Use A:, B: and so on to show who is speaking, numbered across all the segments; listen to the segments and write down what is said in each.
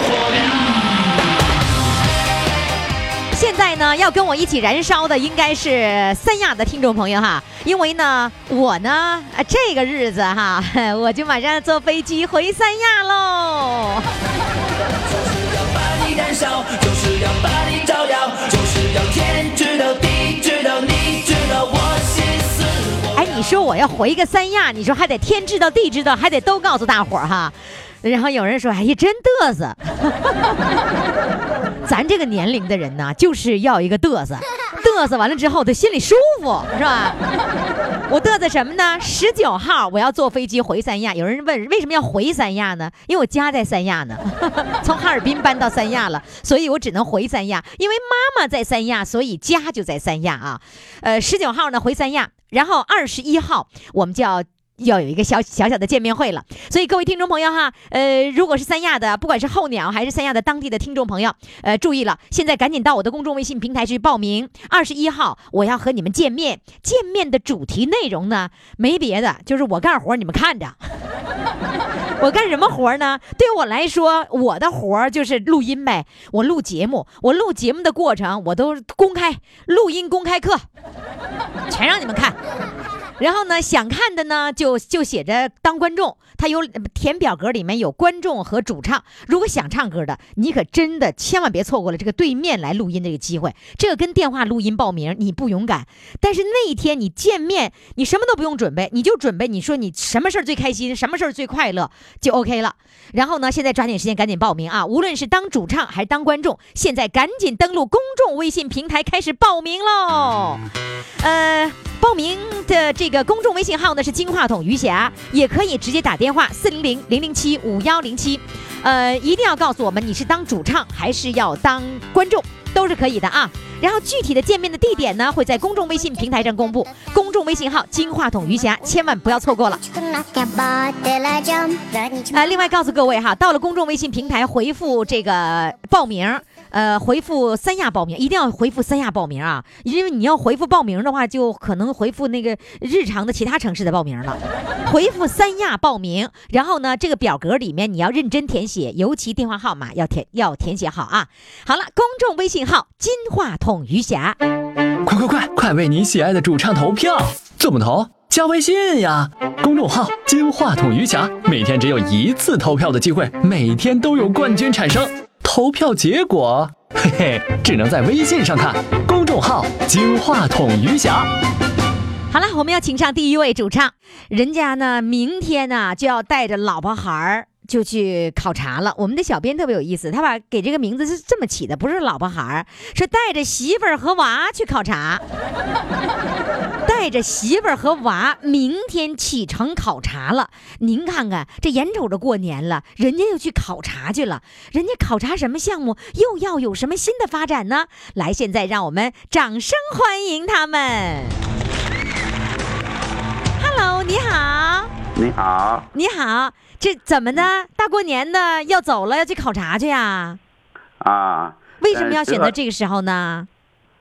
A: 火苗！
B: 现在呢，要跟我一起燃烧的应该是三亚的听众朋友哈，因为呢，我呢呃这个日子哈， 我就马上坐飞机回三亚喽。
A: 把你燃烧，就是要把你照耀，就是要天知道地知道你知道我心思我。
B: 哎，你说我要回个三亚，你说还得天知道地知道，还得都告诉大伙儿哈。然后有人说：“哎呀，真嘚瑟！” 咱这个年龄的人呢，就是要一个嘚瑟，嘚瑟完了之后，他心里舒服，是吧？我嘚瑟什么呢？十九号我要坐飞机回三亚。有人问为什么要回三亚呢？因为我家在三亚呢， 从哈尔滨搬到三亚了，所以我只能回三亚。因为妈妈在三亚，所以家就在三亚啊。呃，十九号呢回三亚，然后二十一号我们就要。要有一个小小小的见面会了，所以各位听众朋友哈，呃，如果是三亚的，不管是候鸟还是三亚的当地的听众朋友，呃，注意了，现在赶紧到我的公众微信平台去报名。二十一号我要和你们见面，见面的主题内容呢，没别的，就是我干活，你们看着。 我干什么活儿呢？对我来说，我的活儿就是录音呗。我录节目，我录节目的过程我都公开，录音公开课，全让你们看。然后呢，想看的呢就就写着当观众，他有呃填表格，里面有观众和主唱。如果想唱歌的，你可真的千万别错过了这个对面来录音这个机会。这个跟电话录音报名你不勇敢，但是那一天你见面，你什么都不用准备，你就准备你说你什么事儿最开心，什么事儿最快乐就 OK 了。然后呢，现在抓紧时间赶紧报名啊！无论是当主唱还是当观众，现在赶紧登录公众微信平台开始报名喽。呃，报名的这个公众微信号呢是金话筒余霞，也可以直接打电话四零零零零七五幺零七，呃，一定要告诉我们你是当主唱还是要当观众，都是可以的啊。然后具体的见面的地点呢，会在公众微信平台上公布，公众微信号金话筒余霞，千万不要错过了。呃，另外告诉各位哈，到了公众微信平台回复这个报名。呃，回复三亚报名，一定要回复三亚报名啊，因为你要回复报名的话，就可能回复那个日常的其他城市的报名了。回复三亚报名，然后呢，这个表格里面你要认真填写，尤其电话号码要填要填写好啊。好了，公众微信号金话筒余霞。
C: 快快快，快为你喜爱的主唱投票！怎么投？加微信呀，公众号“金话筒余霞”，每天只有一次投票的机会，每天都有冠军产生。投票结果，嘿嘿，只能在微信上看。公众号“金话筒余霞
B: 好了，我们要请上第一位主唱，人家呢明天呢就要带着老婆孩儿就去考察了。我们的小编特别有意思，他把给这个名字是这么起的，不是老婆孩儿，是带着媳妇儿和娃去考察， 带着媳妇儿和娃明天启程考察了。您看看，这眼瞅着过年了，人家又去考察去了，人家考察什么项目，又要有什么新的发展呢？来，现在让我们掌声欢迎他们。Hello，你好，
D: 你好，
B: 你好，这怎么的？大过年的要走了，要去考察去呀？
D: 啊，
B: 为什么要选择
D: 呃
B: 这个时候呢？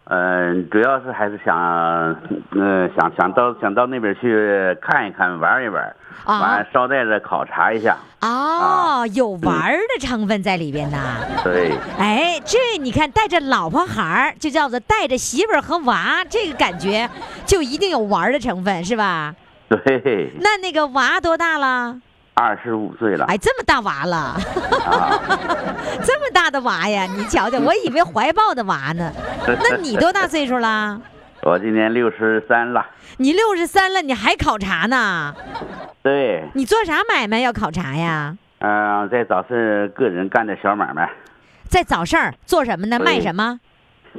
D: 呃，主要是还是想，呃，想想到想到那边去看一看，玩一玩，
B: 啊
D: 完捎带着考察一下。
B: 哦，有玩儿的成分在里边 呐。
D: 对，
B: 哎，这你看，带着老婆孩儿，就叫做带着媳妇儿和娃，这个感觉就一定有玩儿的成分，是吧？
D: 对，
B: 那那个娃多大了？
D: 二十五岁了
B: 哎，这么大娃了，
D: 啊，
B: 这么大的娃呀！你瞧瞧，我以为怀抱的娃 呢。那你多大岁数了？
D: 我今年六十三了。
B: 你六十三了，你还考察呢？
D: 对，
B: 你做啥买卖要考察呀？
D: 嗯、在早市个人干点小买卖，
B: 在早市儿做什么呢？
D: 嗯
B: 卖什么？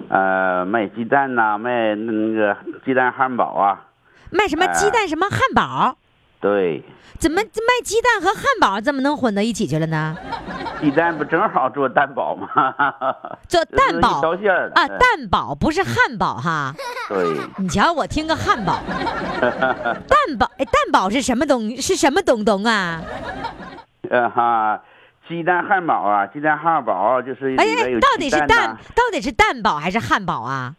D: 呃，卖鸡蛋呐、卖那个鸡蛋汉堡啊，
B: 卖什么
D: 哎嗯
B: 鸡蛋？什么汉堡？
D: 对，
B: 怎么这卖鸡蛋和汉堡怎么能混到一起去了呢？
D: 鸡蛋不正好做蛋堡吗？
B: 这
D: 这是
B: 蛋堡
D: 一条线儿的
B: 啊，
D: 嗯
B: 蛋堡不是汉堡哈。
D: 对，
B: 你瞧，我听个汉 堡，蛋堡哎，蛋堡是什么东是什么东东啊？
D: 呃哈，鸡蛋汉堡啊，鸡蛋汉堡就是里
B: 哎
D: 边
B: 哎
D: 有，
B: 到
D: 鸡
B: 底是
D: 呐
B: 蛋，到底是蛋堡还是汉堡啊？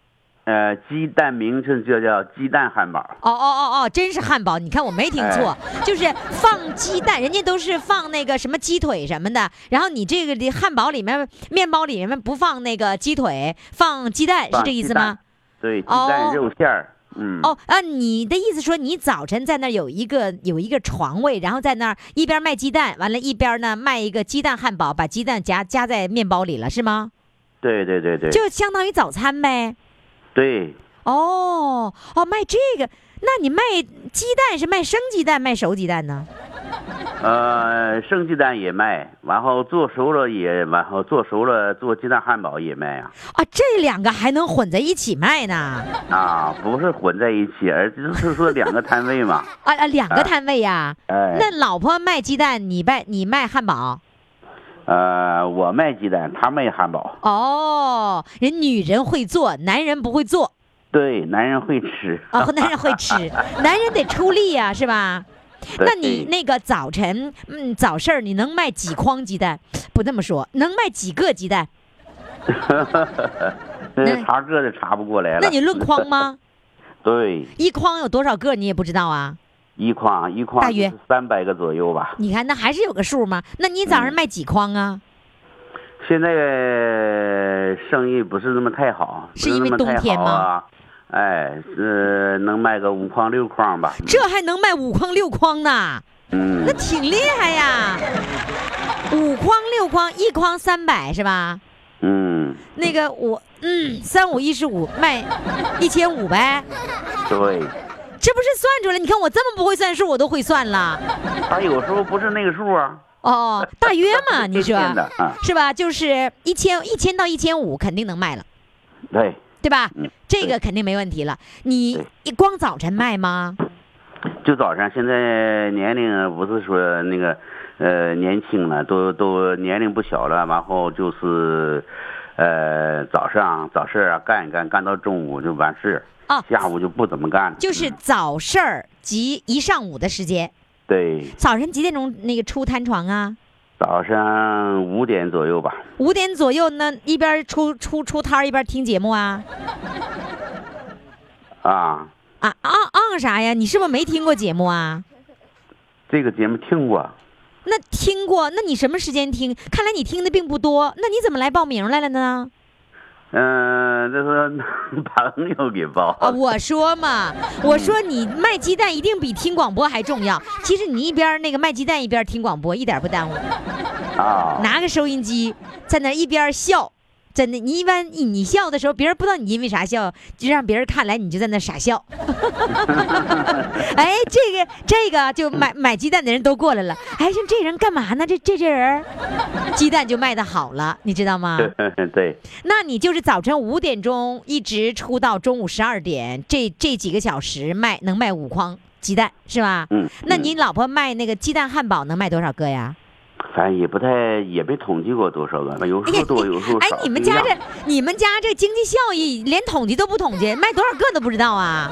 D: 呃，鸡蛋名称就叫鸡蛋汉堡。
B: 哦哦哦哦，真是汉堡！你看我没听错，
D: 哎
B: 就是放鸡蛋，人家都是放那个什么鸡腿什么的，然后你这个的汉堡里面、面包里面不放那个鸡腿，放鸡蛋，是
D: 放
B: 这意
D: 鸡
B: 思吗
D: 蛋？对，鸡
B: 哦
D: 蛋肉馅儿，嗯，
B: 哦啊，你的意思说你早晨在那儿有一个有一个床位，然后在那儿一边卖鸡蛋，完了一边呢卖一个鸡蛋汉堡，把鸡蛋夹夹在面包里了是吗？
D: 对对对对，
B: 就相当于早餐呗。
D: 对，
B: 哦哦，卖这个，那你卖鸡蛋是卖生鸡蛋卖熟鸡蛋呢？
D: 呃，生鸡蛋也卖，然后做熟了也，然后做熟了做鸡蛋汉堡也卖 啊，
B: 啊，这两个还能混在一起卖呢？啊
D: 啊，不是混在一起，而就是说两个摊 位嘛，
B: 啊，两个摊位呀、
D: 哎，
B: 那老婆卖鸡蛋，你卖你卖汉堡。
D: 呃，我卖鸡蛋，他卖汉堡，
B: 哦，人女人会做，男人不会做。
D: 对，男人会吃，
B: 啊、男人会吃，男人得出力呀、是吧？
D: 对
B: 那你那个早晨，嗯，早市儿你能卖几筐鸡蛋？不这么说，能卖几个鸡蛋？
D: 那查个的查不过来了，
B: 那你论筐 吗？
D: 对，
B: 一筐有多少个你也不知道啊？
D: 一筐一筐
B: 大约
D: 三百个左右吧，
B: 你看那还是有个数嘛。那你早上
D: 嗯
B: 卖几筐啊？
D: 现在呃生意不是那么太好，
B: 是
D: 不
B: 因为
D: 那么太
B: 冬天
D: 好
B: 吗
D: 啊？哎，呃，能卖个五筐六筐吧，
B: 这还能卖五筐六筐呢，
D: 嗯
B: 那，挺厉害呀！五筐六筐，一筐三百是吧？
D: 嗯，
B: 那个我嗯，三五一十五卖一千五呗，
D: 对，
B: 这不是算出来？你看我这么不会算数，我都会算了。
D: 他有时候不是那个数啊，
B: 哦，大约 嘛，你说
D: 变的啊，
B: 是吧？就是一千一千到一千五肯定能卖了，
D: 对，
B: 对吧？
D: 嗯
B: 这个肯定没问题了。你你光早晨卖吗？
D: 就早上现在年龄不是说那个，呃，年轻了，都都年龄不小了，然后就是，呃，早上早市啊干一干，干到中午就完事，
B: 啊
D: 下午就不怎么干了，
B: 就是
D: 嗯
B: 早市儿及一上午的时间。
D: 对，
B: 早晨几点钟那个出摊床啊？
D: 早上五点左右吧，
B: 五点左右呢，一边出出出摊儿一边听节目啊
D: 啊，
B: 啊啊啊啥呀？你是不是没听过节目啊？
D: 这个节目听过，
B: 那听过，那你什么时间听？看来你听的并不多，那你怎么来报名来了呢？
D: 嗯、这是朋友给报
B: 啊，我说嘛，我说你卖鸡蛋一定比听广播还重要。其实你一边那个卖鸡蛋一边听广播，一点不耽误。
D: 啊，
B: 拿个收音机在那一边笑，真的，你一般你你笑的时候，别人不知道你因为啥笑，就让别人看来你就在那傻 笑。哎，这个这个就买买鸡蛋的人都过来了。哎，像这人干嘛呢？这这这人儿，鸡蛋就卖的好了，你知道吗？
D: 对，
B: 那你就是早晨五点钟一直出到中午十二点，这这几个小时卖能卖五筐鸡蛋是吧？
D: 嗯，
B: 那
D: 嗯
B: 你老婆卖那个鸡蛋汉堡能卖多少个呀？
D: 反正也不太也没统计过多少个，有
B: 哎
D: 时
B: 呀
D: 候多，有时候
B: 哎
D: 少，，
B: 你们
D: 不一
B: 家
D: 样
B: 这你们家这经济效益连统计都不统计，卖多少个都不知道啊？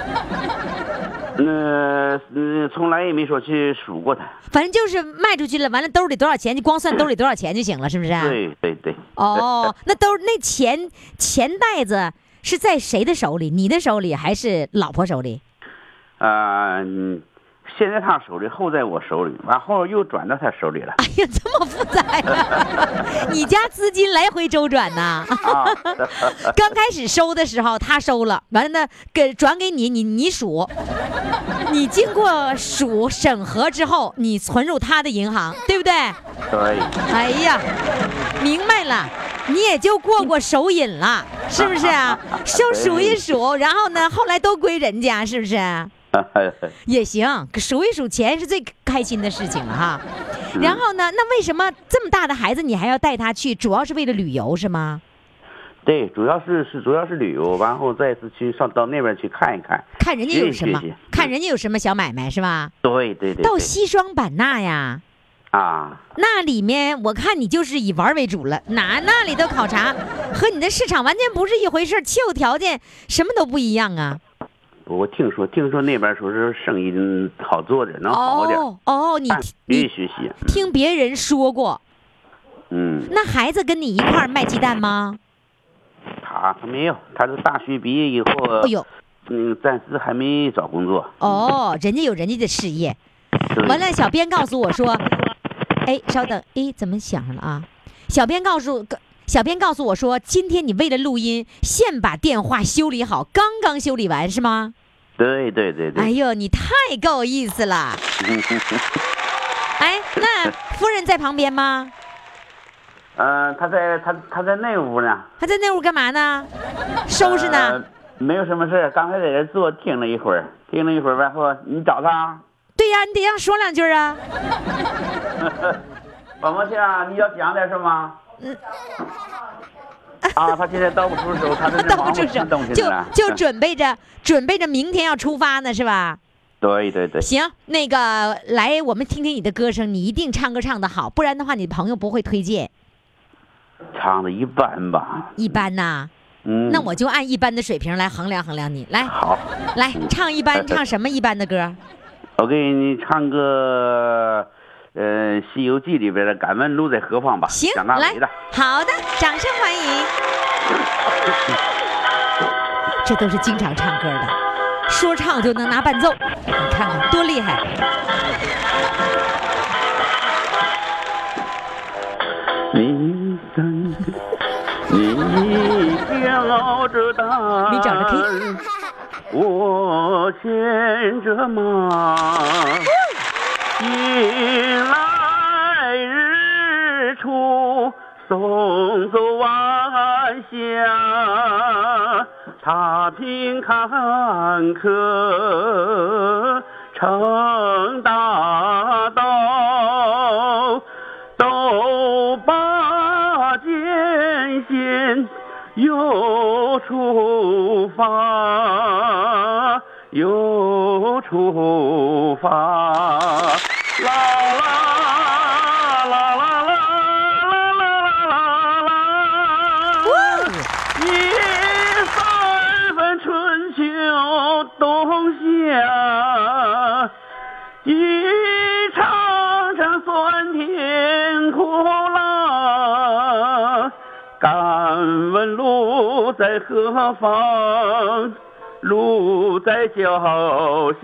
D: 那嗯，从来也没说去数过它。
B: 反正就是卖出去了，完了兜里多少钱就光算兜里多少钱就行了，是不是？。
D: 对对对，
B: 哦，那兜那钱钱袋子是在谁的手里？你的手里还是老婆手里？
D: 啊、嗯现在他手里，后在我手里，完后又转到他手里 了
B: 哎呀，这么复杂呀！ 你家资金来回周转呐、
D: 啊。
B: 刚开始收的时候他收了，完了呢给转给你，你你数，你经过数审核之后，你存入他的银行，对不对？
D: 对，
B: 哎呀，明白了。你也就过过手瘾了，是不是啊？收数一数，然后呢，后来都归人家，是不是？也行，数一数钱是最开心的事情了哈。然后呢，那为什么这么大的孩子你还要带他去？主要是为了旅游是吗？
E: 对，主要是是主要是旅游，然后再次去上到那边去看一看。
B: 看人家有什么
E: 谢谢谢谢，
B: 看人家有什么小买卖是吧？
E: 对对对
B: 到
E: 对
B: 西双版纳呀，
E: 啊，
B: 那里面我看你就是以玩为主了，哪那里都考察，和你的市场完全不是一回事儿，气候条件什么都不一样啊。
E: 我听说听说那边说是生意好做点，能好点，哎
B: 哦哦，你
E: 但
B: 你
E: 必须学习。
B: 听别人说过，
E: 嗯，
B: 那孩子跟你一块儿卖鸡蛋吗？
E: 他他没有，他是大学毕业以后，
B: 哎呦，
E: 嗯，暂时还没找工作。
B: 哦，人家有人家的事业。
D: 嗯
E: 对
B: 完了，小编告诉我说，哎，稍等，哎，怎么响上了啊？小编告诉小编告诉我说，今天你为了录音，现把电话修理好，刚刚修理完是吗？
E: 对对对
D: 嗯
B: 哎
E: 对，
B: 呦，你太够意思了！哎，那夫人在旁边吗？
E: 嗯，他在他他在那屋呢，
B: 她在那屋干嘛呢？收拾呢
E: 呃？没有什么事儿，刚才在这坐听了一会儿，听了一会儿，然后你找他，
B: 对呀，你得让说两句啊。
E: 王梦倩，你要讲点什么？
B: 嗯
E: 啊，他现在倒不出手，他在 那
D: 嗯
B: 倒
E: 忙
B: 不
E: 活
B: 出手
E: 吃东，西
B: 就
E: 呢。
B: 就准备着准备着明天要出发呢，是吧？
E: 对对 对，
B: 行，那个来，我们听听你的歌声，你一定唱歌唱得好，不然的话，你的朋友不会推荐。
E: 唱的一般吧。
B: 一般呐，
E: 嗯，
B: 那我就按一般的水平来衡量衡量你。来
E: 好，
B: 来，
E: 嗯
B: 唱一般，唱什么一般的歌？
E: 我给你唱个呃《西游记》里边的“敢问路在何方”吧，
B: 行，
E: 蒋大
B: 来
E: 为的。，
B: 好的，掌声欢迎。这都是经常唱歌的，说唱就能拿伴奏，你看看多厉害！
E: 你真，你挑着担，
B: 你找着
E: 嗯
B: K
E: 我牵着马，迎来日出，送走晚霞，踏平坎坷，成大道。斗把艰险又出发，又出发，啦啦啦啦啦啦啦啦啦啦。一三分春秋冬夏，一场场酸甜苦辣。敢问路在何方？路在脚下。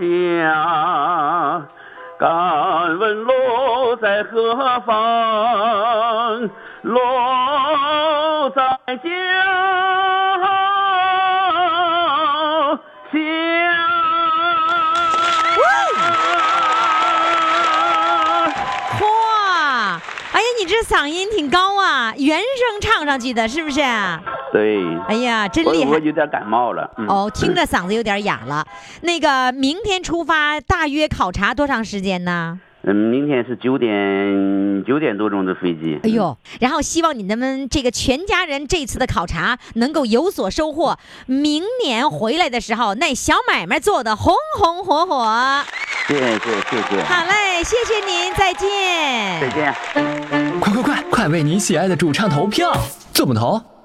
E: 敢问路在何方？路在脚下。
B: 嚯！哎呀，你这嗓音挺高啊，原声唱上去的，是不是？
E: 对，
B: 哎呀，真
E: 我
B: 厉害
E: 我！有点感冒了。嗯、
B: 哦，听着嗓子有点哑了。那个明天出发，大约考察多长时间呢？
E: 嗯，明天是九点九点多钟的飞机。
B: 哎，呦，然后希望你们这个全家人这次的考察能够有所收获，明年回来的时候那小买卖做的红红火火。
E: 谢谢谢谢，
B: 好嘞，谢谢您，再见。
E: 再见。
C: 快快快，快为你喜爱的主唱投票！怎么投？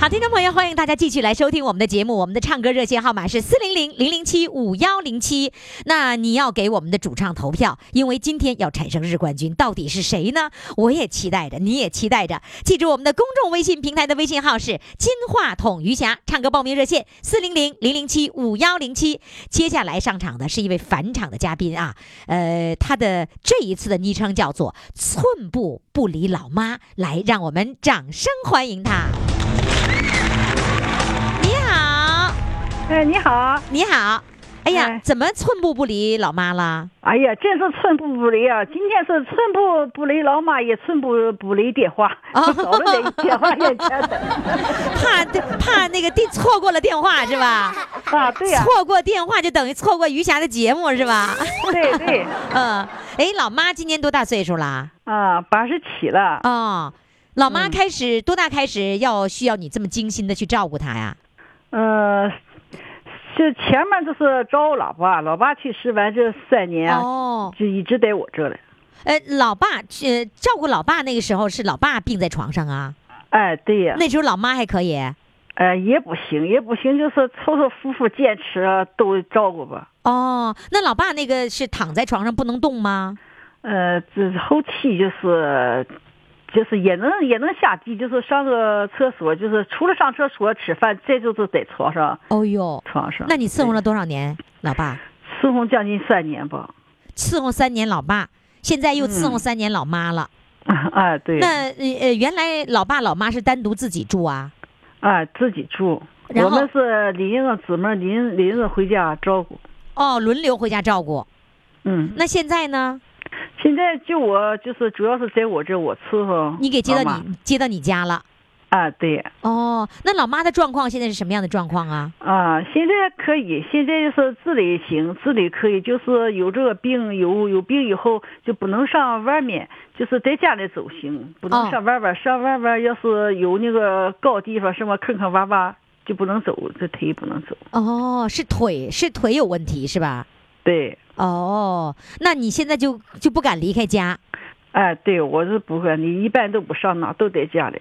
B: 好，听众朋友，欢迎大家继续来收听我们的节目。我们的唱歌热线号码是四零零零零七五幺零七。那你要给我们的主唱投票，因为今天要产生日冠军，到底是谁呢？我也期待着，你也期待着。记住我们的公众微信平台的微信号是“金话筒余霞”，唱歌报名热线四零零零零七五幺零七。接下来上场的是一位返场的嘉宾啊，呃，他的这一次的昵称叫做“寸步不离老妈”，来，让我们掌声欢迎他。你好，
F: 哎，你好，
B: 你好，哎呀
F: 哎，
B: 怎么寸步不离老妈了？
F: 哎呀，真是寸步不离啊！今天是寸步不离老妈，也寸步不离电话，
B: 啊
F: 少了点电话也觉得
B: 怕怕那个电错过了电话是吧？
F: 啊，对呀、
B: 错过电话就等于错过余霞的节目是吧？
F: 对对，
B: 嗯，哎，老妈今年多大岁数啦？
F: 啊，八十七了，
B: 哦，老妈开始、多大开始要需要你这么精心的去照顾她呀？
F: 嗯、这前面就是找我老爸，老爸去世完这三年，啊
B: 哦，
F: 就一直在我这了。
B: 呃，老爸呃照顾老爸那个时候是老爸病在床上啊，
F: 哎，对呀、
B: 那时候老妈还可以。
F: 哎，也不行，也不行，就是凑凑夫妇坚持啊都照顾吧。
B: 哦，那老爸那个是躺在床上不能动吗？
F: 呃，这后期就是，就是也能也能下地，就是上个厕所，就是除了上厕所吃饭，这就是在床上
B: 哦呦，
F: 床上。
B: 那你伺候了多少年老爸？
F: 伺候将近三年吧？
B: 伺候三年老爸，现在又伺候
F: 嗯
B: 三年老妈了。
F: 啊，对，
B: 那呃呃，原来老爸老妈是单独自己住啊？
F: 啊，自己住。
B: 然
F: 我
B: 后
F: 们是邻着姊妹邻邻着回家照顾。
B: 哦，轮流回家照顾。
F: 嗯，
B: 那现在呢？
F: 现在就我就是主要是在我这我伺候。
B: 你给接到
F: 妈
B: 你接到你家了？
F: 啊，对
B: 哦，那老妈的状况现在是什么样的状况啊？
F: 啊，现在可以，现在就是自理行，自理可以，就是有这个病，有有病以后就不能上外面，就是在家里走行，不
B: 哦
F: 能上外边儿，上外边儿要是有那个高地方什么坑坑洼洼就不能走，呃这腿不能走。
B: 哦，是腿是腿有问题是吧？
F: 对，
B: 哦，那你现在就就不敢离开家？
F: 哎，对我是不会，你一般都不上哪，都在家里。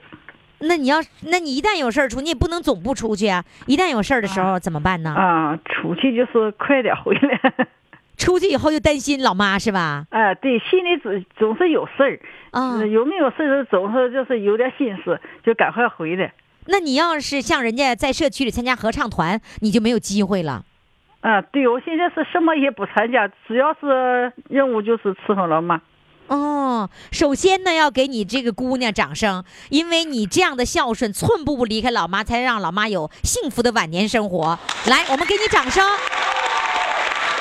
B: 那你要，那你一旦有事儿出，你也不能总不出去啊！一旦有事儿的时候怎么办呢？
F: 啊，出去就是快点回来。
B: 出去以后就担心老妈是吧？
F: 哎，对，心里总总是有事儿，
B: 啊、
F: 呃有没有事儿总是就是有点心思，就赶快回来。
B: 那你要是像人家在社区里参加合唱团，你就没有机会了。
F: 啊，对，我现在是什么也不参加，只要是任务就是伺候老妈。
B: 哦，首先呢，要给你这个姑娘掌声，因为你这样的孝顺，寸步不离开老妈，才让老妈有幸福的晚年生活。来，我们给你掌声。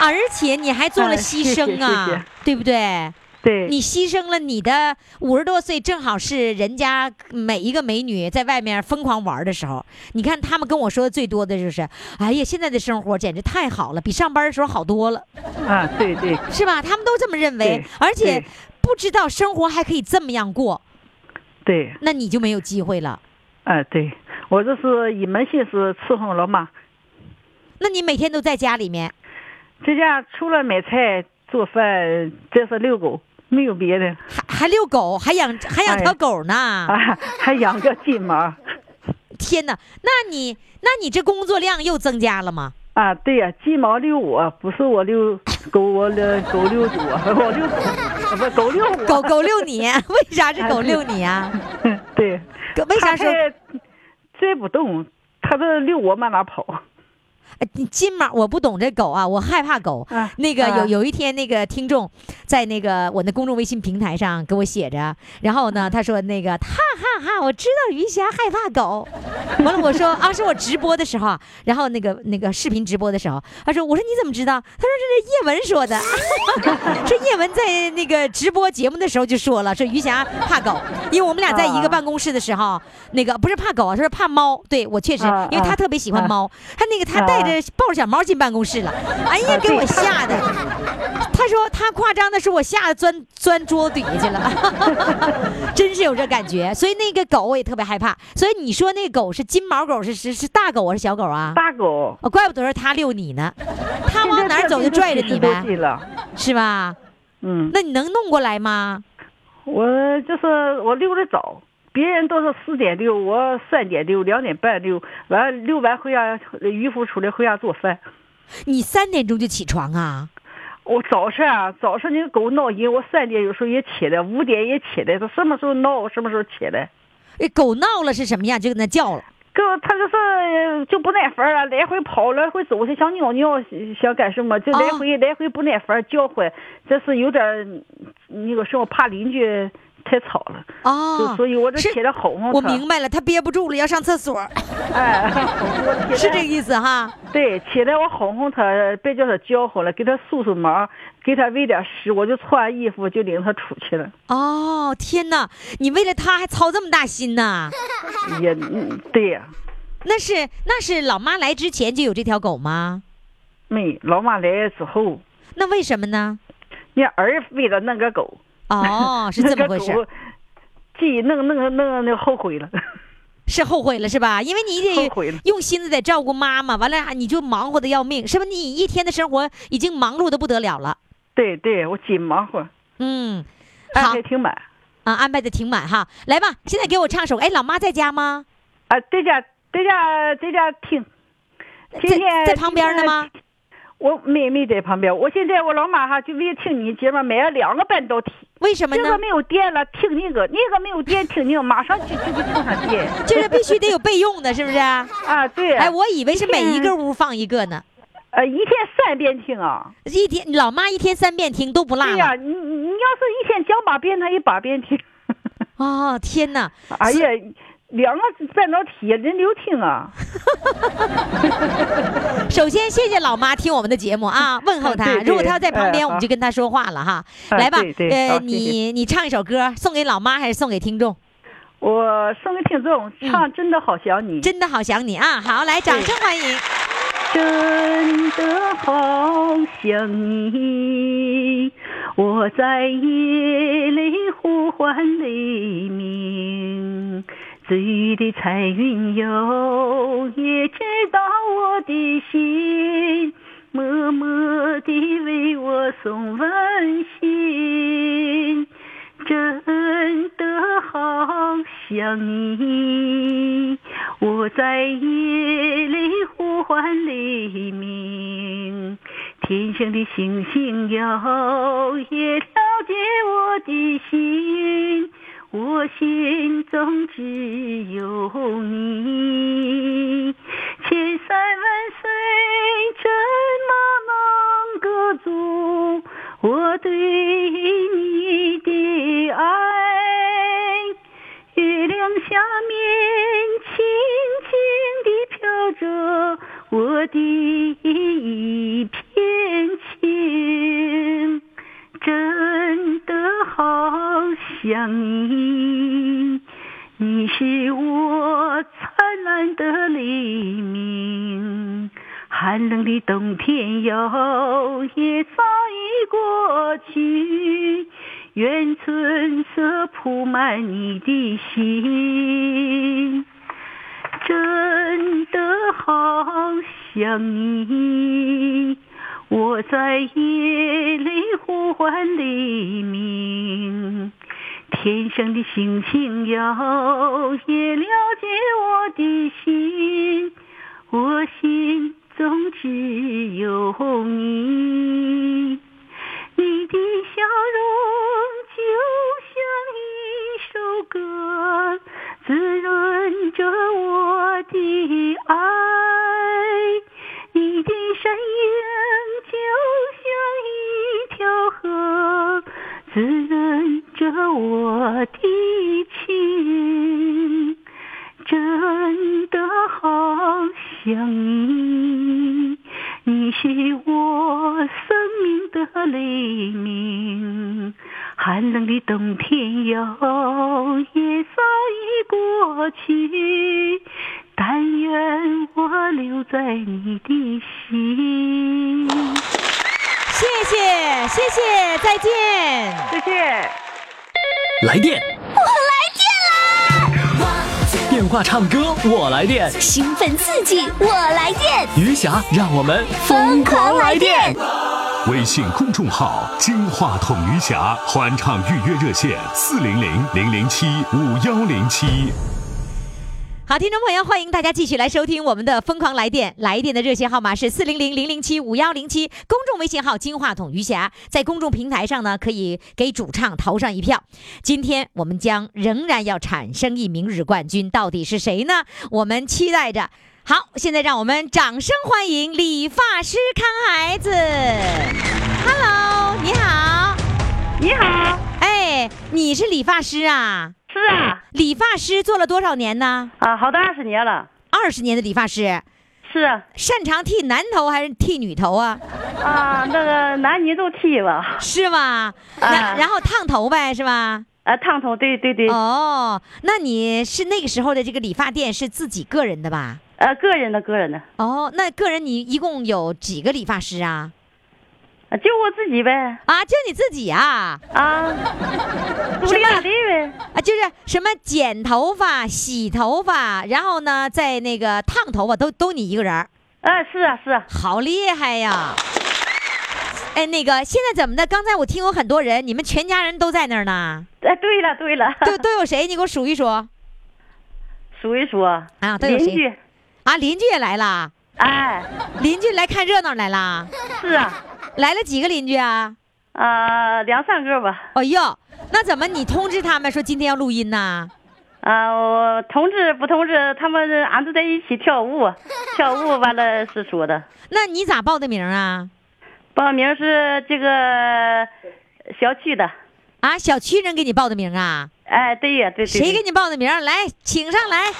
B: 而且你还做了
F: 哎
B: 牺
F: 谢谢
B: 牲啊，
F: 谢谢
B: 对不对？
F: 对，
B: 你牺牲了你的五十多岁，正好是人家每一个美女在外面疯狂玩的时候。你看他们跟我说的最多的就是，哎呀，现在的生活简直太好了，比上班的时候好多了，
F: 啊，对对，
B: 是吧？他们都这么认为
F: 对，
B: 而且
F: 对
B: 不知道生活还可以这么样过，
F: 对，
B: 那你就没有机会了。
F: 啊，对，我这是一门心思伺候老妈，
B: 那你每天都在家里面，
F: 在家除了买菜、做饭，这是遛狗，没有别的
B: 还还遛狗，还养还养
F: 哎
B: 条狗呢。
F: 啊， 还养个金毛。
B: 天哪，那你那你这工作量又增加了吗？
F: 啊，对呀、金毛遛我，不是我遛狗，我遛狗 遛我，我遛狗，不狗遛我。
B: 狗狗遛你， 为啥是狗遛你啊？
F: 对，
B: 狗为啥
F: 它
B: 说
F: 还追不动，它这遛我往哪跑？
B: 哎你金毛，我不懂这狗啊，我害怕狗。
F: 啊
B: 那个有
F: 啊
B: 有一天，那个听众在那个我的公众微信平台上给我写着，然后
F: 嗯
B: 呢，他说那个哈哈哈，我知道于霞害怕狗。完了，我说啊，是我直播的时候啊，然后那个那个视频直播的时候，他说我说你怎么知道？他说这是叶文说的， 说叶文在那个直播节目的时候就说了，说于霞怕狗，因为我们俩在一个
F: 啊
B: 办公室的时候，那个不是怕狗啊，他说怕猫。对我确实
F: 啊，
B: 因为他
F: 啊
B: 特别喜欢
F: 啊
B: 猫。他那个他带着抱着小猫进办公室了，哎呀，给我吓的。他说他夸张的说我吓得钻钻桌子底下去 了，真是有这感觉。所以那个狗我也特别害怕。所以你说那狗是金毛狗是是是大狗还是小狗啊？
F: 大狗。
B: 哦，怪不得是他遛你呢，他往哪儿走就拽着你呗，
F: 了，
B: 是吧？
F: 嗯，
B: 那你能弄过来吗？
F: 我就是我溜的早，别人都是四点溜，我三点溜，两点半溜，完溜完回家渔夫出来回家做饭。
B: 你三点钟就起床啊？
F: 我早上啊，早上那个狗闹人，我三点有时候也起来，五点也起来，它什么时候闹，什么时候起来。
B: 哎狗闹了是什么样？就跟那叫了。
F: 哥，它就是呃就不耐烦了，来回跑，来回走，它想尿尿，想干什么，就
B: 哦
F: 来回、来回不耐烦叫唤，这是有点儿嗯那个什么怕邻居
G: 太吵了，就
B: 哦，
G: 所以我这
B: 是
G: 贴的好嘛，
B: 我明白了，他憋不住了，要上厕 所，
G: 哎，我 贴
B: 是这
G: 的
B: 个意思哈？
G: 对，起来我哄哄他，别叫他叫唤了，给他梳梳毛，给他喂点食，我就穿衣服就领他出去了。
B: 哦，天哪，你为了他还操这么大心呐？
G: 也，嗯对呀、
B: 那是那是老妈来之前就有这条狗吗？
G: 没老妈来了之后，
B: 那为什么呢？
G: 人家儿为了那个狗，
B: 哦，是这么回事
G: 那个
B: 儿，
G: 狗？记那个那个那个那个后悔了，
B: 是后悔了是吧？因为你
G: 后悔了
B: 得用心思在照顾妈妈，完了还你就忙活的要命，是不是？你一天的生活已经忙碌的不得了了。
G: 对对，我紧忙活，
B: 嗯，好
G: 安排挺满，
B: 啊，安排的挺满哈。来吧，现在给我唱首。哎，老妈在家吗？
G: 啊，在家在家在家听，
B: 在
G: 天天
B: 在旁边呢吗？？
G: 我没没在旁边，我现在我老妈哈就为了听你节目买了两个半导体。
B: 为什么
G: 这
B: 呢
G: 个？没有电了，听那个；那个没有电，听那个。马上就就给充上电
B: 就是必须得有备用的，是不是？哎，
G: 啊！ 对，
B: 我以为是每 一个屋放一个呢。
G: 呃一天三遍听啊。
B: 一天，老妈一天三遍听都不落
G: 对
B: 了
G: 呀、。你你你要是一天讲把遍，他一把遍听。
B: 哦，天哪！
G: 哎呀，两个半导体人流听啊，
B: 首先谢谢老妈听我们的节目啊，问候她。
G: 对对
B: 如果她要在旁边，
G: 哎
B: 我们就跟她说话了哈。
G: 好
B: 来吧
G: 哎对，对
B: 呃，
G: 好谢谢
B: 你你唱一首歌送给老妈还是送给听众？
G: 我送给听众唱《真的好想你》，
B: 嗯真的好想你啊！好，来，掌声欢迎。
G: 真的好想你，我在夜里呼唤黎明，醉的彩云哟，也知道我的心，默默地为我送温馨。真的好想你，我在夜里呼唤黎明，天上的星星哟，也了解我的心，我心中只有你，千山万水怎么能隔住我对你的爱？月亮下面轻轻地飘着我的一片情，真的好想你，你是我灿烂的黎明。寒冷的冬天哟，也早已过去。愿春色铺满你的心，真的好想你。我在夜里呼唤黎明，天上的星星哟，也了解我的心。我心中只有你，你的笑容就像一首歌，滋润着我的爱；你的身影就像一条河，滋润着我的情。真的好想你，你是我生命的黎明。寒冷的冬天哟，也早已过去，但愿我留在你的心。
B: 谢谢，谢谢，再见。
G: 再见。
C: 来电，我来电啦！电话唱歌，我来电。
H: 兴奋刺激，我来电，
C: 余霞，让我们
H: 疯狂来电！
I: 微信公众号“金话筒余霞”欢唱预约热线：四零零零零七五幺零七。
B: 好，听众朋友，欢迎大家继续来收听我们的《疯狂来电》，来电的热线号码是四零零零零七五幺零七，公众微信号“金话筒余霞”。在公众平台上呢，可以给主唱投上一票。今天我们将仍然要产生一名日冠军，到底是谁呢？我们期待着。好，现在让我们掌声欢迎理发师康孩子。Hello，你好。
G: 你好，
B: 哎，你是理发师啊？
J: 啊是啊，
B: 理发师做了多少年呢？
J: 啊，好大二十年了。
B: 二十年的理发师，
J: 是啊，
B: 擅长剃男头还是剃女头啊？
J: 啊，那个男女都剃吧，
B: 是吧？然
J: 啊
B: 然后烫头呗，是吧？
J: 啊，烫头，对对对，
G: 嗯
B: 哦，那你是那个时候的这个理发店是自己个人的吧？
J: 呃，个人的个人的，
B: 哦，那个人你一共有几个理发师啊？
J: 啊就我自己呗，
B: 啊，就你自己啊？
J: 啊，独立咋地呗，
B: 啊，就是什么剪头发、洗头发，然后呢，在那个烫头发，都都你一个人儿，
J: 啊，是啊是啊，
B: 好厉害呀！哎，那个现在怎么的？刚才我听有很多人，你们全家人都在那儿 呢，
J: 哎，对了对了，
B: 都都有谁？你给我数一数啊！
J: 数一数啊
B: 都有
J: 邻
B: 谁
J: 居，
B: 啊邻居也来了，
J: 哎，
B: 邻居来看热闹来了，
J: 是啊，
B: 来了几个邻居啊？
J: 啊，两三个吧，
B: 哎呦，那怎么你通知他们说今天要录音呐？
J: 啊，我同志不同志，他们俺都在一起跳舞，跳舞完了是说的，
B: 那你咋报的名啊？
J: 报名是这个小区的，
B: 啊，小区人给你报的名啊？
J: 哎，对呀、对对对，
B: 谁给你报的名？来，请上来。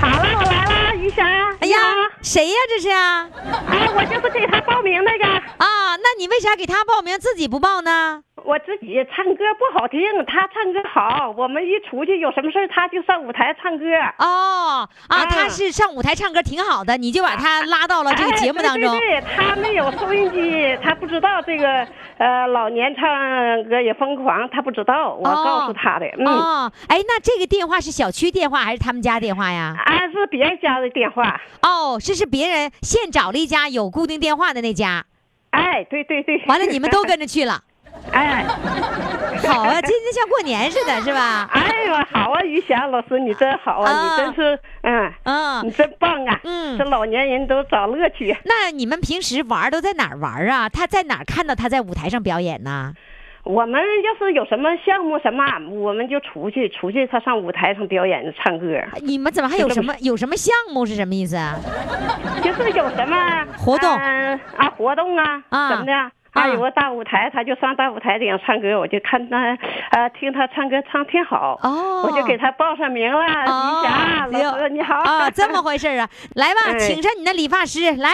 J: 好了，我来了，于霞。
B: 哎呀，谁呀、这是啊？
J: 啊哎，我就是给他报名那个，
B: 啊，那你为啥给他报名，自己不报呢？
J: 我自己唱歌不好听，他唱歌好。我们一出去有什么事儿他就上舞台唱歌。
B: 哦，啊，
J: 啊
B: 他是上舞台唱歌挺好的，你就把他拉到了这个节目当中。
J: 哎、对对对，他没有收 音机，他不知道这个呃老年唱歌也疯狂，他不知道，我
B: 哦
J: 告诉他的。嗯，
B: 哦，哎，那这个电话是小区电话还是他们家电话呀？
J: 俺、是别人家的电话。
B: 哦，这是别人现找了一家有固定电话的那家，
J: 哎，对对对。
B: 完了你们都跟着去了。
J: 哎
B: 好啊，今天像过年似的，是吧？
J: 哎呦，好啊，于霞老师，你真好啊，
B: 啊
J: 你真是嗯。你
B: 嗯，
J: 真棒啊！
B: 嗯
J: 这老年人都找乐趣。
B: 那你们平时玩儿都在哪儿玩儿啊？他在哪儿看到他在舞台上表演呢？
J: 我们要是有什么项目什么，我们就出去，出去他上舞台上表演唱歌，
B: 你们怎么还有什么有什么项目是什么意思啊？
J: 就是有什么
B: 活动
J: 嗯啊活动啊
B: 啊
J: 什么的。
B: 啊
J: 啊，有个大舞台，他就上大舞台顶上唱歌，我就看他，呃，听他唱歌唱挺好，
B: 哦
J: 我就给他报上名了。
B: 哦
J: 于霞
B: 哎呦
J: 老师你好
B: 啊，这么回事儿啊！来 吧，
J: 哎
B: 请上你的理发师来，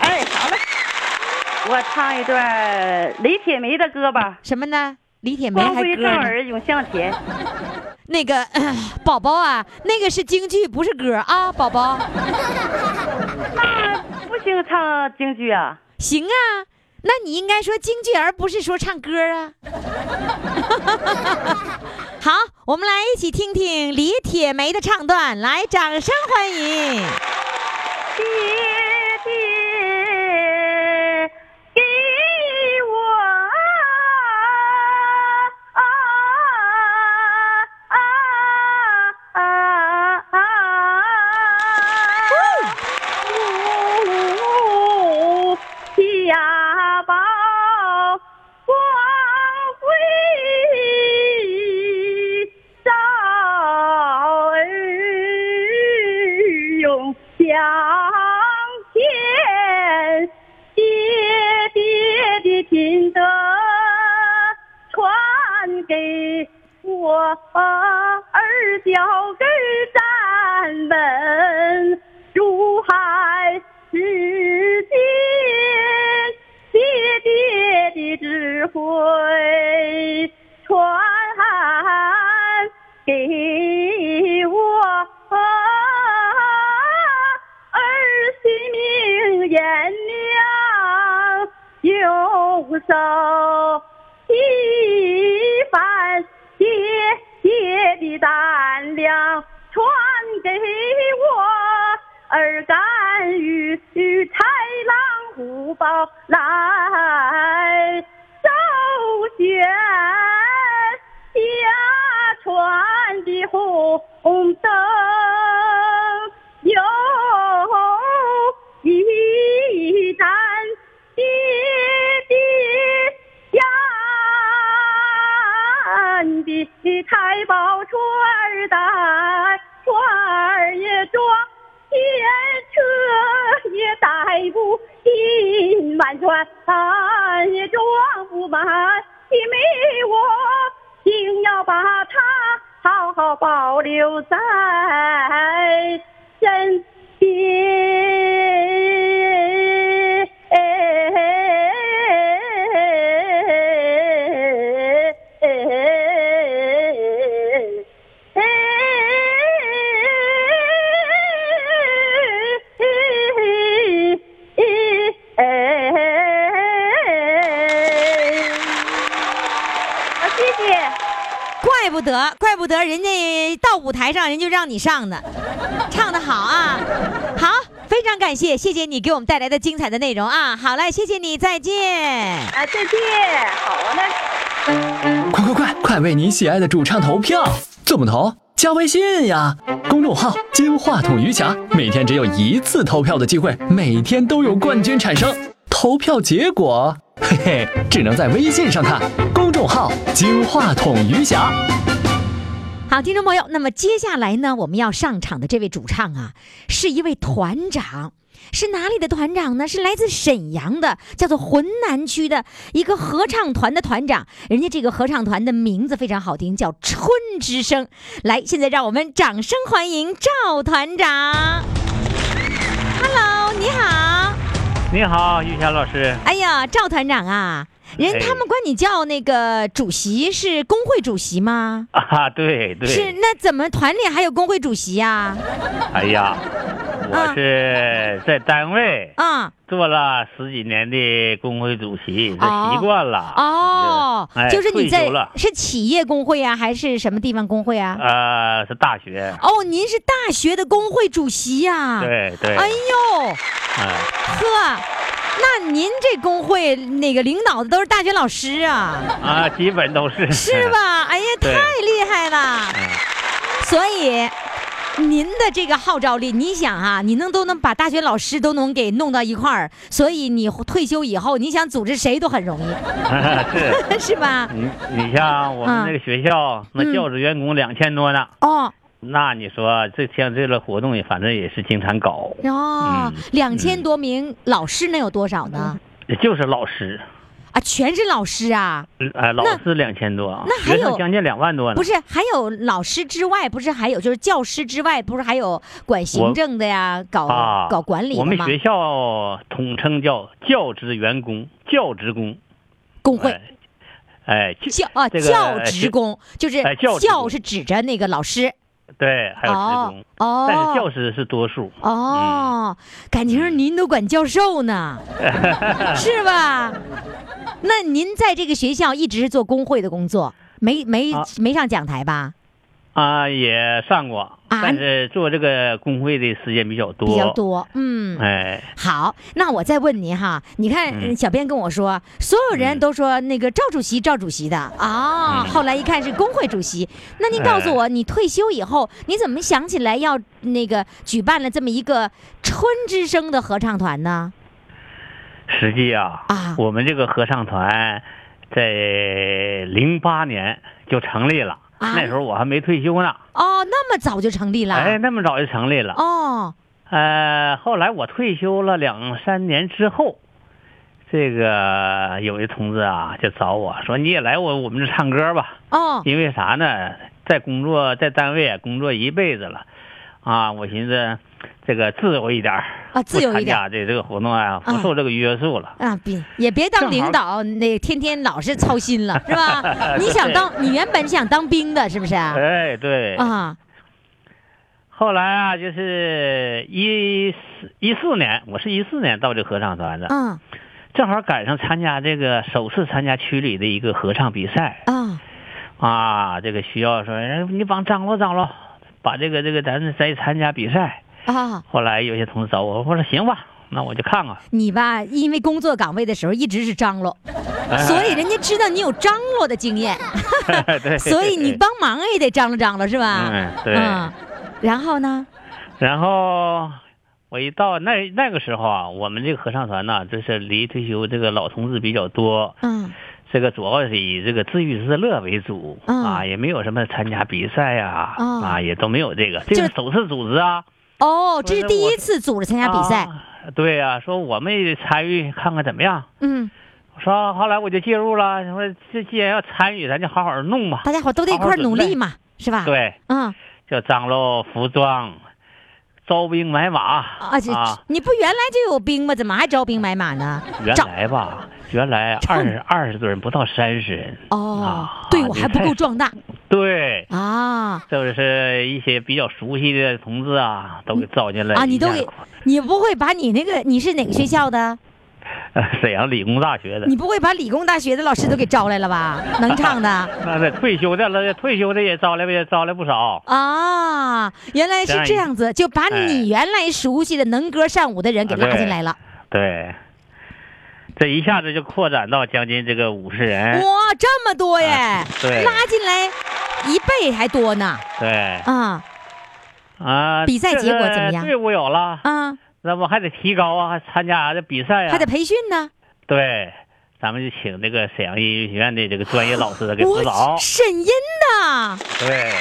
J: 哎，好嘞， 我唱一段李铁梅的歌吧，
B: 什么呢？李铁
J: 《
B: 梅
J: 光
B: 还
J: 辉
B: 歌
J: 照
B: 呢？
J: 儿永向前》。
B: 那个、呃宝宝啊，那个是京剧，不是歌啊，宝宝。
J: 那不行，唱京剧啊。
B: 行啊，那你应该说京剧，而不是说唱歌啊。好，我们来一起听听李铁梅的唱段，来，掌声欢迎。
J: 爹爹给我啊啊啊啊五家宝光辉照哎儿永向前，爹爹的金德传给我儿脚跟站稳，如海之间，爹爹的智慧传给我儿媳命颜娘右手一番爹爹的胆量传给我儿干与与豺狼虎豹来周旋。家传的红灯有一盏，爹爹家的财宝串儿带，串儿也装，天车车也带不进满船，也装不满，因为我定要把它好好保留在身边。啊，谢谢。
B: 怪不得，怪不得人家到舞台上人就让你上呢，唱的好啊！好，非常感谢，谢谢你给我们带来的精彩的内容啊！好嘞，谢谢你，再见。
J: 啊，再见，好嘞。
C: 快快快，快为你喜爱的主唱投票！怎么投？加微信呀，公众号“金话筒余霞”，每天只有一次投票的机会，每天都有冠军产生。投票结果，嘿嘿，只能在微信上看。公众号“金话筒余霞”。
B: 好，听众朋友，那么接下来呢，我们要上场的这位主唱啊，是一位团长，是哪里的团长呢？是来自沈阳的，叫做浑南区的一个合唱团的团长。人家这个合唱团的名字非常好听，叫“春之声”。来，现在让我们掌声欢迎赵团长。Hello，你好。
K: 你好，玉霞老师。
B: 哎呀，赵团长啊，人
K: 哎
B: 他们管你叫那个主席是工会主席吗？
K: 啊，对对，
B: 是，那怎么团里还有工会主席呀、嗯
K: 哎呀，我是在单位
B: 啊？
K: 做了十几年的工会主席，这
B: 哦
K: 习惯了。
B: 哦，
K: 哎
B: 就是你
K: 退
B: 在
K: 休了
B: 是企业工会啊，还是什么地方工会啊？
K: 呃，是大学。
B: 哦，您是大学的工会主席呀、
K: 对对，
B: 哎呦，
K: 哎
B: 呵，那您这工会那个领导的都是大学老师啊，
K: 啊，基本都是
B: 是？ 吧？哎呀，太
K: 对
B: 厉害了！
K: 嗯
B: 所以。您的这个号召力，你想啊，你能都能把大学老师都能给弄到一块儿，所以你退休以后，你想组织谁都很容易，
K: 是。 嗯
B: 是吧？
K: 你你像我
B: 啊
K: 们那个学校，
B: 嗯
K: 那教职员工两千多呢。
B: 哦，
K: 那你说这像这个活动也反正也是经常搞，
B: 哦
K: 嗯，
B: 两千多名老师能有多少呢？
K: 就是老师，
B: 啊，全是老师啊！
K: 呃，老
B: 那
K: 师两千多，啊
B: 那还
K: 学生
B: 有
K: 将近两万多呢。
B: 不是，还有老师之外，不是还有就是教师之外，不是还有管行
K: 我
B: 政的呀，搞、
K: 啊，
B: 搞管理的
K: 我们
B: 吗？
K: 学校统称叫教职员工、教职工。
B: 工会
K: 哎，哎， 就
B: 教啊、
K: 这个
B: 教职工，就是
K: 哎教职工
B: 是指着那个老师
K: 对，还有职
B: 哦
K: 工，但是
B: 哦
K: 教师是多数。
B: 哦，感情您都管教 授呢，是吧？那您在这个学校一直做工会的工作，没没、
K: 啊
B: 没上讲台吧？
K: 啊，也上过，但是做这个工会的时间比较多。
B: 啊比较。多，嗯，
K: 哎，
B: 好，那我再问您哈，你看、
K: 嗯
B: 呃小编跟我说，所有人都说那个赵主席，赵主席的啊、
K: 嗯哎
B: 后来一看是工会主席，那您告诉我，你退休以后，你怎么想起来要那个举办了这么一个春之声的合唱团呢？
K: 实际啊，
B: 啊
K: 我们这个合唱团在零八年就成立了，
B: 啊
K: 那时候我还没退休呢。
B: 哦，那么早就成立了？
K: 哎，那么早就成立了。
B: 哦，
K: 呃，后来我退休了两三年之后，这个有一同志啊就找我说：“你也来我我们这唱歌吧。”
B: 哦，
K: 因为啥呢？在工作在单位工作一辈子了，啊，我寻思这个自由一点儿
B: 啊自由一点
K: 不参加这这个活动啊，不
B: 啊
K: 受这个约束了。
B: 啊，别也别当
K: 正好
B: 领导，那天天老是操心了，是 吧？你想
K: 对
B: 当，你原本想当兵的，是不是？
K: 哎，对。
B: 啊，
K: 后来啊，就是呃一四一四年，我是一四年到这合唱团的，
B: 嗯，
K: 正好赶上参加这个首次参加区里的一个合唱比赛。
B: 啊，
K: 啊，这个需要说，哎你帮张罗张罗，把这个这个咱再参加比赛。
B: 啊。
K: 后来有些同事找我，我说行吧，那我就看看。
B: 你吧，因为工作岗位的时候一直是张罗，
K: 哎
B: 所以人家知道你有张罗的经验，
K: 对，
B: 所以你帮忙也得张罗张罗，是吧？
K: 嗯对
B: 嗯然后呢？
K: 然后我一到那那个时候啊，我们这个合唱团呢，就是离退休这个老同志比较多，
B: 嗯，
K: 这个主要是以这个自娱自乐为主、
B: 嗯
K: 啊，也没有什么参加比赛呀、啊，
B: 哦
K: 也都没有这个，
B: 就
K: 这
B: 是
K: 个首次组织啊，
B: 哦，这是
K: 不是
B: 第
K: 我
B: 一次组织参加比赛。
K: 啊对呀、说我们也参与看看怎么样。
B: 嗯，
K: 我说后来我就介入了，说这既然要参与，咱就好好弄吧。
B: 大家伙都得一块儿努力嘛，是吧？。
K: 对，
B: 嗯
K: 就张罗服装，招兵买马
B: 啊，这你不原来就有兵吗？怎么还招兵买马呢？
K: 原
B: 找
K: 来啊吧，原来
B: 找
K: 二十二十多人不到三十人，
B: 哦
K: 啊，
B: 队伍
K: 这
B: 还不
K: 太
B: 够壮大
K: 对，
B: 啊
K: 就是一些比较熟悉的同志啊，都给招进来
B: 啊！你都
K: 一下
B: 给
K: 子，
B: 你不会把你那个你是哪个学校的？
K: 呃 沈阳理工大学的
B: 你，不会把理工大学的老师都给招来 了吧？能唱的
K: 那得退休的了，退休的也招来也招来不少。
B: 啊？原来是这样子，就把你原来熟悉的能歌善舞的人给拉进来了。
K: 对，这一下子就扩展到将近这个五十人。
B: 哇，这么多耶！
K: 哎对
B: 拉进来一倍还多呢
K: 对
B: 啊
K: 啊，
B: 比赛结果怎么样
K: 这个队伍有了，
B: 啊！
K: 那不还得提高啊，还参加这比赛啊，
B: 还得培训呢。
K: 对，咱们就请这个沈阳音乐学院的这个专业老师给指导
B: 我。沈音的，
K: 对，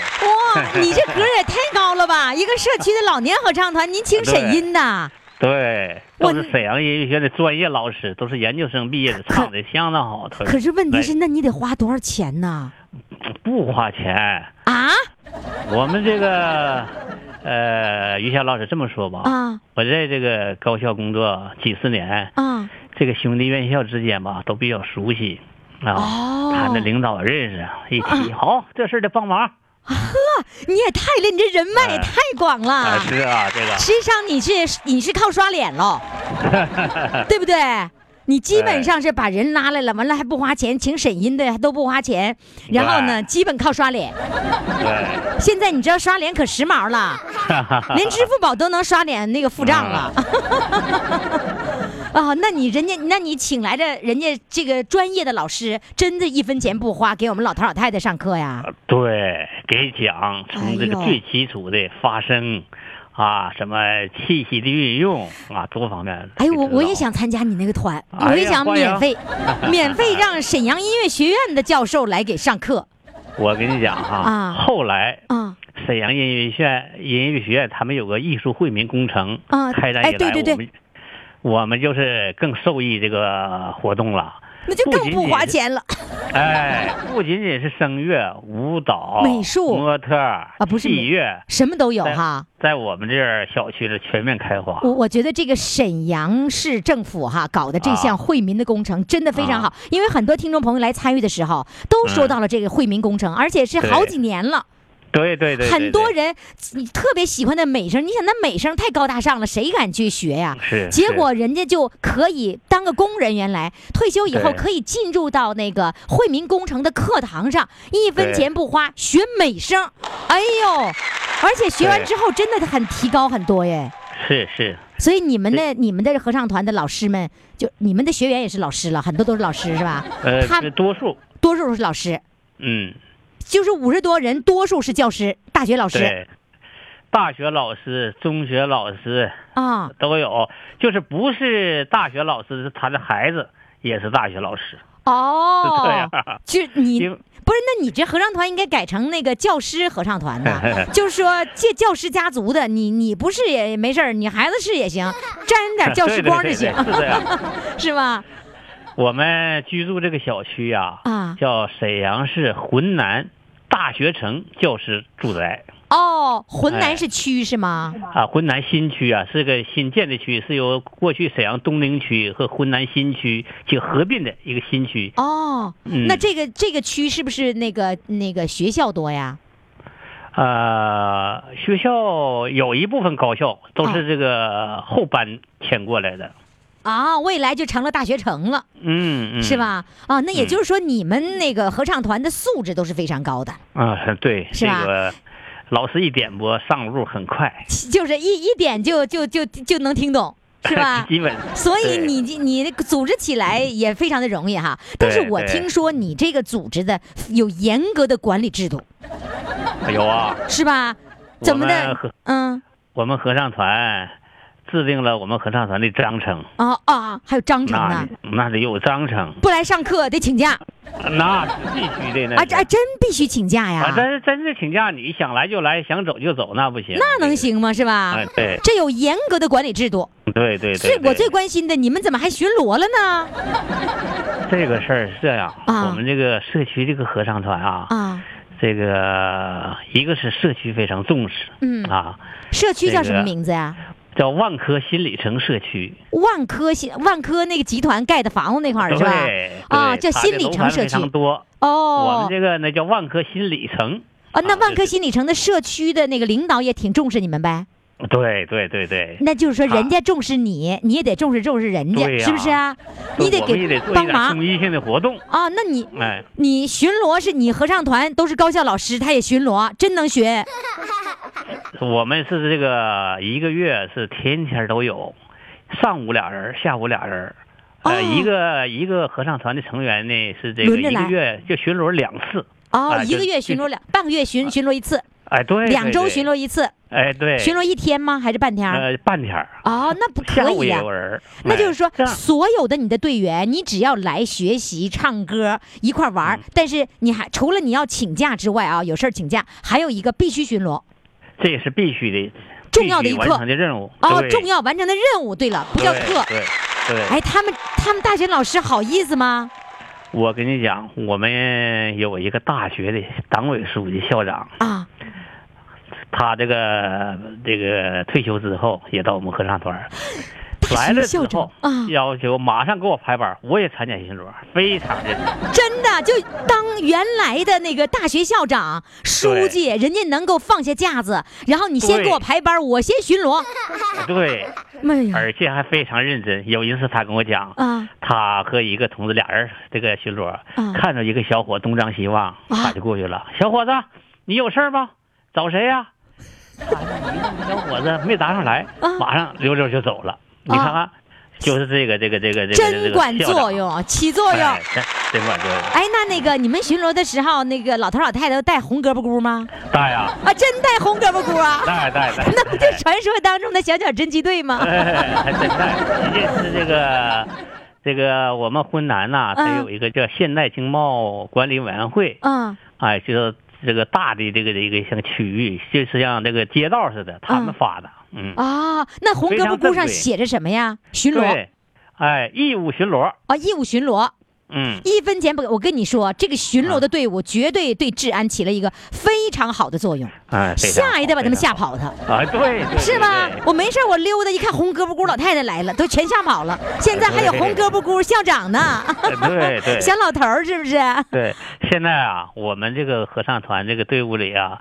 B: 哇，你这格儿也太高了吧！一个社区的老年合唱团，您请沈音的，
K: 对，
B: 我
K: 都是沈阳音乐学院的专业老师，都是研究生毕业的，唱的相当好。特别
B: 可是问题是，
K: 哎
B: 那你得花多少钱呢？
K: 不花钱。
B: 啊
K: 我们这个，呃，于霞老师这么说吧，
B: 啊
K: 我在这个高校工作几十年，
B: 啊！
K: 这个兄弟院校之间吧都比较熟悉，啊，
B: 哦啊
K: 他的领导认识，一提好、这事儿得帮忙
B: 你也太厉害，你这人脉也太广了。
K: 哎是啊，这个
B: 实际上你是你是靠刷脸 喽，对不对？你基本上是把人拉来了，完了还不花钱，请沈音的还都不花钱，然后呢，
K: 对
B: 基本靠刷脸。
K: 对，
B: 现在你知道刷脸可时髦 了， 连支付宝都能刷脸那个付账了。
K: 嗯
B: 啊，那你人家，那你请来的人家这个专业的老师，真的一分钱不花，给我们老头老太太上课呀？
K: 对，给讲从这个
B: 哎呦
K: 最基础的发声。啊，什么气息的运用啊，多方面的。
B: 哎，我我也想参加你那个团，
K: 哎呀
B: 我也想
K: 欢迎
B: 免 费，免费让沈阳音乐学院的教授来给上课
K: 我跟你讲哈，
B: 啊
K: 后来
B: 啊
K: 沈阳音乐学院音乐学院他们有个艺术惠民工程
B: 啊
K: 开展以来，
B: 哎对对对
K: 我们我们就是更受益这个活动了。
B: 那就
K: 不
B: 更
K: 仅
B: 不
K: 仅
B: 花
K: 是
B: 钱了。
K: 哎，不仅仅是声乐、舞蹈、
B: 美术
K: 模特啊
B: 不是美
K: 器乐，
B: 什么都有
K: 在
B: 哈。
K: 在我们这儿小区是全面开花。
B: 我我觉得这个沈阳市政府哈搞的这项
K: 啊
B: 惠民的工程真的非常好，因为很多听众朋友来参与的时候都说到了这个惠民工程，而且是好几年了，
K: 对对嗯对，对
B: 很多
K: 对
B: 人你特别喜欢的美声，你想那美声太高大上了，谁敢去学呀？
K: 是
B: 结
K: 是
B: 果人家就可以当个工人，原来退休以后
K: 对
B: 可以进入到那个惠民工程的课堂上，一分
K: 对
B: 钱不花学美声，哎呦，而且学完
K: 对
B: 之后真的很提高很多耶。
K: 是是，
B: 所以你们的你们的合唱团的老师们，就你们的学员也是老师了，很多都是老师是吧？
K: 呃，
B: 他
K: 这多数，
B: 多数是老师，
K: 嗯，
B: 就是五十多人，多数是教师、大学老师
K: 对，大学老师、中学老师，
B: 啊。
K: 都有，就是不是大学老师，是他的孩子也是大学老师。是这
B: 哦
K: 样，
B: 就你
K: 因为
B: 不是？那你这合唱团应该改成那个教师合唱团 的，就是说这教师家族的，你你不是也没事儿，你孩子是也行，沾 点哎教师
K: 对对
B: 光就
K: 对
B: 行，
K: 对是这样。
B: 是吧？
K: 我们居住这个小区呀、
B: 啊
K: 叫沈阳市浑南大学城教师住宅
B: 哦，浑
K: 哎
B: 南是区是吗？
K: 啊，浑南新区啊是个新建的区，是由过去沈阳东陵区和浑南新区去合并的一个新区。
B: 哦，那
K: 嗯
B: 这个这个区是不是那个那个学校多呀？
K: 呃，学校有一部分高校都
B: 哦
K: 是这个后班迁过来的。
B: 啊，未来就成了大学城了，
K: 嗯嗯，
B: 是？吧？啊，那也就是说，你们那个合唱团的素质都是非常高的，
K: 啊，对，
B: 是
K: 这
B: 吧
K: 个老师一点拨，上路很快，
B: 就是一一点就就就就能听懂，是吧？
K: 基本
B: 所
K: 对
B: 以
K: 嗯
B: 你你组织起来也非常的容易哈。但是
K: 对
B: 我
K: 对
B: 听说你这个组织的有严格的管理制度，
K: 有啊。
B: 是吧？怎么
K: 我们
B: 的
K: 和？
B: 嗯，
K: 我们合唱团制定了我们合唱团的章程。
B: 啊啊，还有章程
K: 那
B: 呢，
K: 那得有章程，
B: 不来上课得请假啊！
K: 那是必须的呢。
B: 这还真必须请假
K: 啊，
B: 呀，
K: 真是真是请假，你想来就来，想走就走，那不行。
B: 那能行吗？是吧
K: 哎，？对
B: 这有严格的管理制度。
K: 对对对。
B: 最
K: 对
B: 我最关心的，你们怎么还巡逻了呢？
K: 这个事儿是这样，
B: 啊
K: 我们这个社区这个合唱团啊，
B: 啊，
K: 这个一个是社区非常重视，
B: 嗯
K: 啊，
B: 社区叫什
K: 这
B: 么
K: 个
B: 名字呀？
K: 叫万科新里程社区，
B: 万科新万科那个集团盖的房子那块儿
K: 对
B: 是吧？
K: 对
B: 啊叫
K: 它
B: 新
K: 这
B: 里
K: 楼
B: 程
K: 盘
B: 社
K: 非常
B: 区
K: 多，我
B: 哦
K: 们，这个呢叫万科新里程，
B: 啊，那
K: 啊
B: 万科
K: 就是
B: 新里程的社区的那个领导也挺重视你们呗？
K: 对对对对，
B: 那就是说，
K: 啊
B: 人家重视你，你也得重视重视人家，
K: 对呀
B: 是不是啊？你得
K: 我们也
B: 给
K: 得做一
B: 帮
K: 点
B: 忙
K: 公益性的活动，
B: 啊。那你
K: 哎，
B: 你巡逻是你合唱团都是高校老师，他也巡逻，真能巡。
K: 我们是这个一个月是天天都有，上午俩人，下午俩人。
B: 哦
K: 呃，一个一个合唱团的成员呢是这个
B: 轮着
K: 一个
B: 来
K: 月就巡逻两次，
B: 哦，
K: 啊
B: 一个
K: 就
B: 月巡
K: 就
B: 逻两，半个月巡巡逻一次，
K: 哎，对，
B: 两
K: 对
B: 周
K: 对
B: 巡逻一次，
K: 哎，对，
B: 巡逻一天吗？还是半天儿？
K: 呃半天儿，
B: 哦，那不
K: 下
B: 可
K: 午
B: 以
K: 也
B: 呀
K: 有。人，
B: 那
K: 哎
B: 就是说
K: 这，样
B: 所有的你的队员，你只要来学习、唱歌一块儿玩
K: 嗯
B: 儿，但是你还除了你要请假之外啊，有事儿请假，还有一个必须巡逻。
K: 这也是必须的，
B: 重要的一
K: 必须
B: 刻
K: 完成的任务
B: 哦，
K: 对
B: 重要完成的任务。对了，不叫
K: 对
B: 课。
K: 对对，
B: 哎，他们他们大学老师好意思吗？
K: 我跟你讲，我们有一个大学的党委书记、校长，
B: 啊，
K: 他这个这个退休之后也到我们合唱团儿
B: 大学
K: 来了之
B: 校长
K: 后
B: 啊，
K: 要求马上给我排班儿，我也参加巡逻，非常认 真。
B: 真的就当原来的那个大学校长、书记，人家能够放下架子，然后你先
K: 对
B: 给我排班，我先巡逻。
K: 对，
B: 哎呀，
K: 而且还非常认真。有一次他跟我讲，
B: 啊
K: 他和一个同志俩人这个巡逻，
B: 嗯
K: 看着一个小伙东张西望，
B: 啊
K: 他就过去了。小伙子，你有事儿吗？找谁 呀、他一问小伙子没答上来，
B: 嗯
K: 马上溜溜就走
B: 啊
K: 了。你看看，就是这个这个这个这个这
B: 真
K: 个
B: 管
K: 校长
B: 作，用，起作用。
K: 哎，真真管作用。
B: 哎，那那个你们巡逻的时候，那个老头老太太都戴红胳膊箍吗？
K: 大呀，
B: 啊，真戴红胳膊 箍啊？
K: 带带带，
B: 那不就传说当中的小脚侦缉队吗？
K: 哎还真带，人家是这个。这个我们浑南呐、它
B: 嗯
K: 有一个叫现代经贸管理委员会，
B: 啊
K: 哎，就是这个大的这个这个像区域，就是像这个街道似的，他
B: 嗯
K: 们发的，嗯，
B: 啊，那红胳膊箍上写着什么呀？巡逻
K: 对，哎，义务巡逻，
B: 啊，义务巡逻。
K: 嗯，
B: 一分钱不给。我跟你说，这个巡逻的队伍绝对对治安起了一个非常好的作用，
K: 哎，非常
B: 吓一
K: 好
B: 得把他们，吓
K: 非
B: 跑他，
K: 常好哎，对，对
B: 是吧？我没事儿，我溜达一看，红胳膊箍老太太来了，都全吓跑了。现在还有红胳膊箍校长呢，
K: 对对 对
B: 小老头儿是不是？
K: 对，现在啊，我们这个合唱团这个队伍里啊，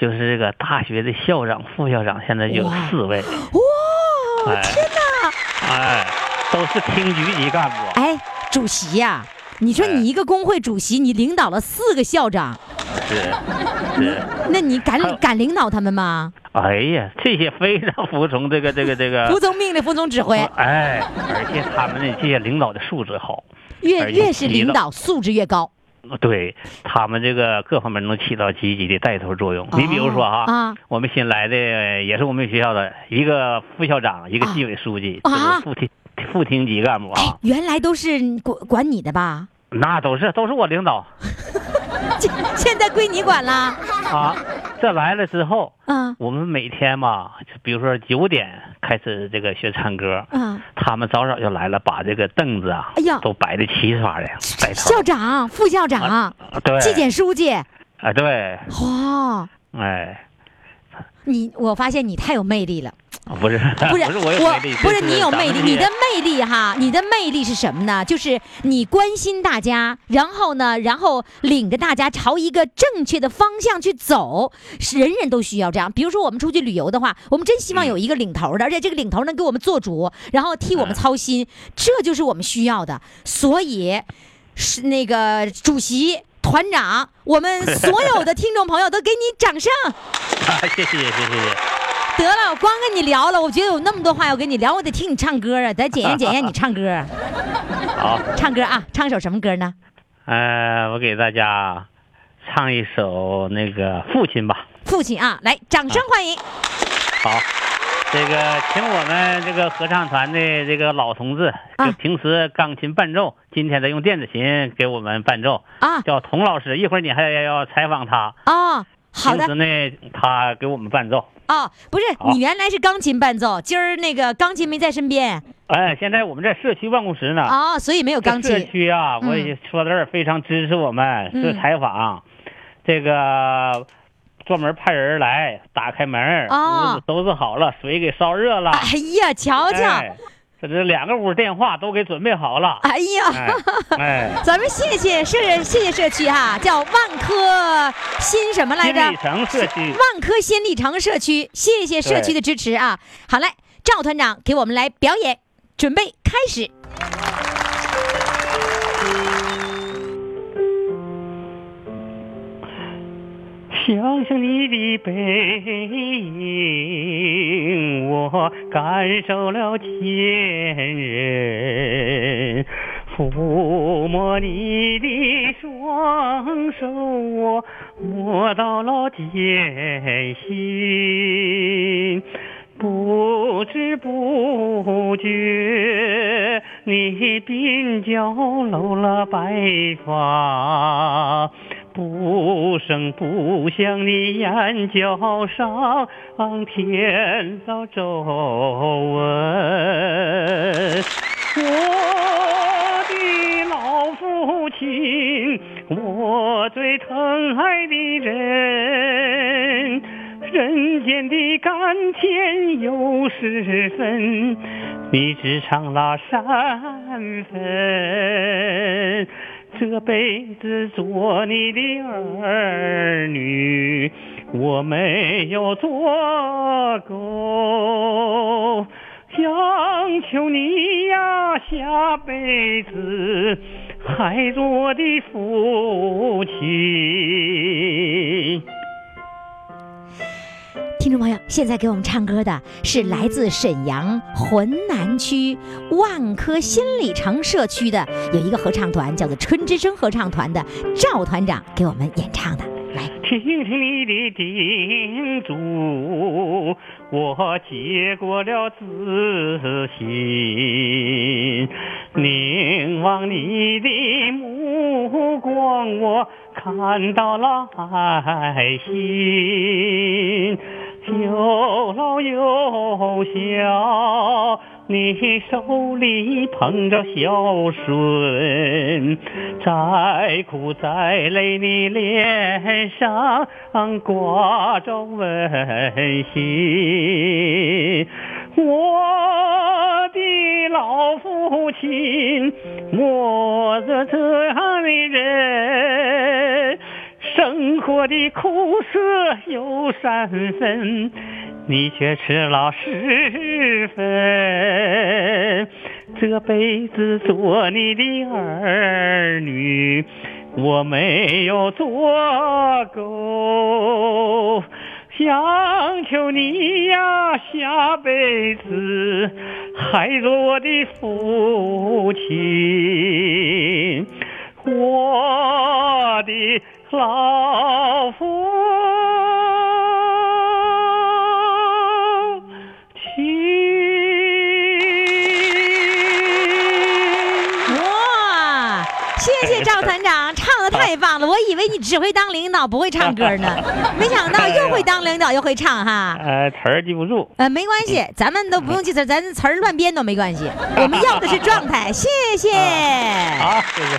K: 就是这个大学的校长、副校长，现在有
B: 哇
K: 四位，
B: 哇，
K: 哎
B: 天哪！
K: 哎，都是厅局级干部，
B: 哎，主席呀、你说
K: 哎
B: 你一个工会主席，你领导了四个校长，
K: 是是，
B: 那你敢
K: 还有
B: 敢领导他们吗？
K: 哎呀，这些非常服从这个这个这个
B: 服从命令，服从指挥，
K: 哎，而且他们的这些领导的素质好，
B: 越
K: 而且
B: 越是
K: 提
B: 领
K: 到
B: 导素质越高。
K: 对他们这个各方面能起到积极的带头作用。你比如说哈，
B: 啊
K: 我们新来的呃也是我们学校的一个副校长，一个纪委书记，
B: 啊
K: 这个副厅副厅级干部啊，
B: 哎，原来都是管管你的吧？
K: 那都是都是我领导
B: 现现在归你管啦。
K: 啊。这来了之后，
B: 啊
K: 我们每天嘛，就比如说九点开始这个学唱歌，
B: 啊！
K: 他们早早就来了，把这个凳子啊，
B: 哎呀
K: 都摆的齐刷的，摆头
B: 校长、副校长、
K: 啊对，
B: 纪检书记，
K: 啊对，
B: 哇！
K: 哎。
B: 你我发现你太有魅力了，
K: 不是，
B: 不是
K: 不是我有魅力，
B: 不是你有魅力，你的
K: 的
B: 魅力哈，你的魅力是什么呢？就是你关心大家，然后呢，然后领着大家朝一个正确的方向去走，是人人都需要这样。比如说我们出去旅游的话，我们真希
K: 嗯
B: 望有一个领头的，而且这个领头能给我们做主，然后替我
K: 嗯
B: 们操心，这就是我们需要的。所以，是那个主席、团长，我们所有的听众朋友都给你掌声。
K: 啊谢谢谢谢谢谢，
B: 得了，我光跟你聊了，我觉得有那么多话要跟你聊，我得听你唱歌啊，得检验检验你唱歌，啊
K: 好，
B: 唱歌啊，唱首什么歌呢？
K: 呃，我给大家唱一首那个《父亲》吧，
B: 父亲啊，来，掌声欢迎。
K: 好。
L: 这个请我们这个合唱团的这个老同志，就
B: 啊
L: 平时钢琴伴奏，今天他用电子琴给我们伴奏，
B: 啊
L: 叫童老师。一会儿你还要采访他，
B: 啊，好
L: 平
B: 的
L: 时呢他给我们伴奏。
B: 啊，不是
L: 好
B: 你原来是钢琴伴奏，今儿那个钢琴没在身边
L: 哎，现在我们在社区办公室呢，
B: 啊，所以没有
L: 这
B: 钢
L: 社
B: 琴
L: 区啊，
B: 嗯
L: 我也说这儿非常支持我们，
B: 嗯
L: 是采访，这个专门派人来打开门，
B: 哦
L: 屋子收拾好了，水给烧热了，
B: 哎呀，瞧瞧，
L: 啊哎，这这两个屋电话都给准备好了，
B: 哎呀。
L: 哎哎，
B: 咱们谢谢社谢谢社区哈、叫万科新什么来
L: 新
B: 着？
L: 里程社区，
B: 万科新里程社区，谢谢社区的支持啊！好嘞，赵团长给我们来表演，准备开始。
L: 想想你的背影，我感受了前人；抚摸你的双手，我摸到了艰辛。不知不觉，你鬓角露了白发，不声不响，你眼角上添了皱纹。我的老父亲，我最疼爱的人，人间的甘甜有十分，你只尝了三分。这辈子做你的儿女，我没有做够。央求你呀，下辈子还做我的父亲。
B: 听众朋友，现在给我们唱歌的是来自沈阳浑南区万科新里程社区的有一个合唱团，叫做春之声合唱团的赵团长给我们演唱的。来，
L: 听听你的叮嘱，我接过了自信，凝望你的目光，我看到了爱心。有老有小，你手里捧着孝顺，再苦再累，你脸上挂着温馨。我的老父亲，我的这样的人。生活的苦涩有三分，你却吃了十分。这辈子做你的儿女，我没有做够。央求你呀，下辈子还做我的父亲。我的老父亲。
B: 哇，谢谢赵团长，唱的太棒了！我以为你只会当领导不会唱歌呢，没想到又会当领导又会唱哈。
L: 呃，词儿记不住。
B: 呃，没关系，咱们都不用记词儿，咱词儿乱编都没关系。我们要的是状态，谢谢。
K: 啊
L: 好，谢谢。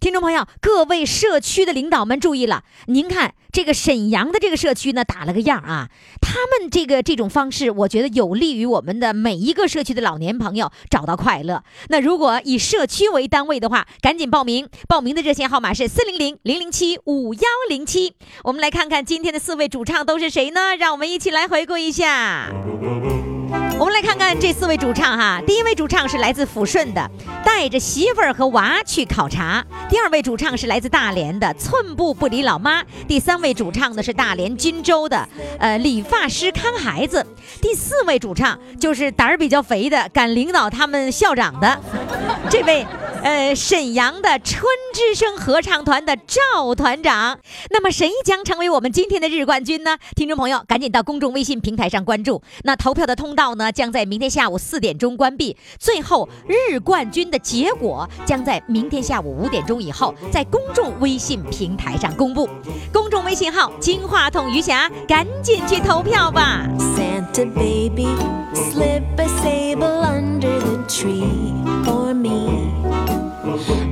B: 听众朋友，各位社区的领导们注意了，您看这个沈阳的这个社区呢，打了个样啊。他们这个这种方式，我觉得有利于我们的每一个社区的老年朋友找到快乐。那如果以社区为单位的话，赶紧报名，报名的热线号码是四零零零零七五幺零七。我们来看看今天的四位主唱都是谁呢？让我们一起来回顾一下。我们来看看这四位主唱哈，第一位主唱是来自抚顺的，带着媳妇儿和娃去考察；第二位主唱是来自大连的，寸步不离老妈；第三位主唱呢是大连金州的，呃，理发师看孩子；第四 位主唱就是胆儿比较肥的，敢领导他们校长的，这位呃，沈阳的春之声合唱团的赵团长。那么谁将成为我们今天的日冠军呢？听众朋友，赶紧到公众微信平台上关注。那投票的通道呢，将在明天下午四点钟关闭。最后，日冠军的结果将在明天下午五点钟以后，在公众微信平台上公布。公众微信号“金话筒余霞”，赶紧去投票吧。
M: Santa baby, slip a sable under the tree for me.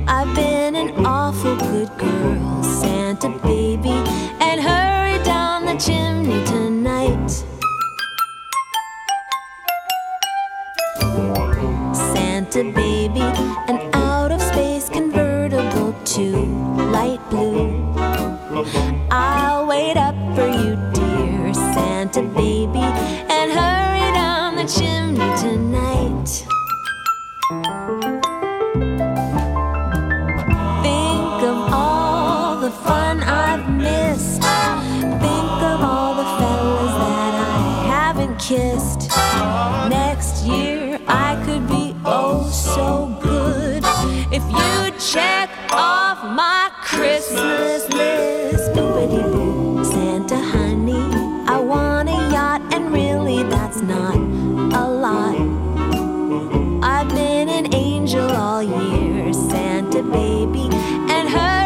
M: I've been an awful good girl, Santa baby, and hurry down the chimney tonight. Santa baby, an out of space convertible to light blue. I'll wait up for you, dear Santa baby, and hurry down the chimney tonight. Think of all the fun I've missed. Think of all the fellas that I haven't kissed. Next year I could be oh so good if you check off my Christmas list. Boopity-boo. Santa honey, I want a yacht, and really that's not a lot. I've been an angel all year, Santa baby, and her.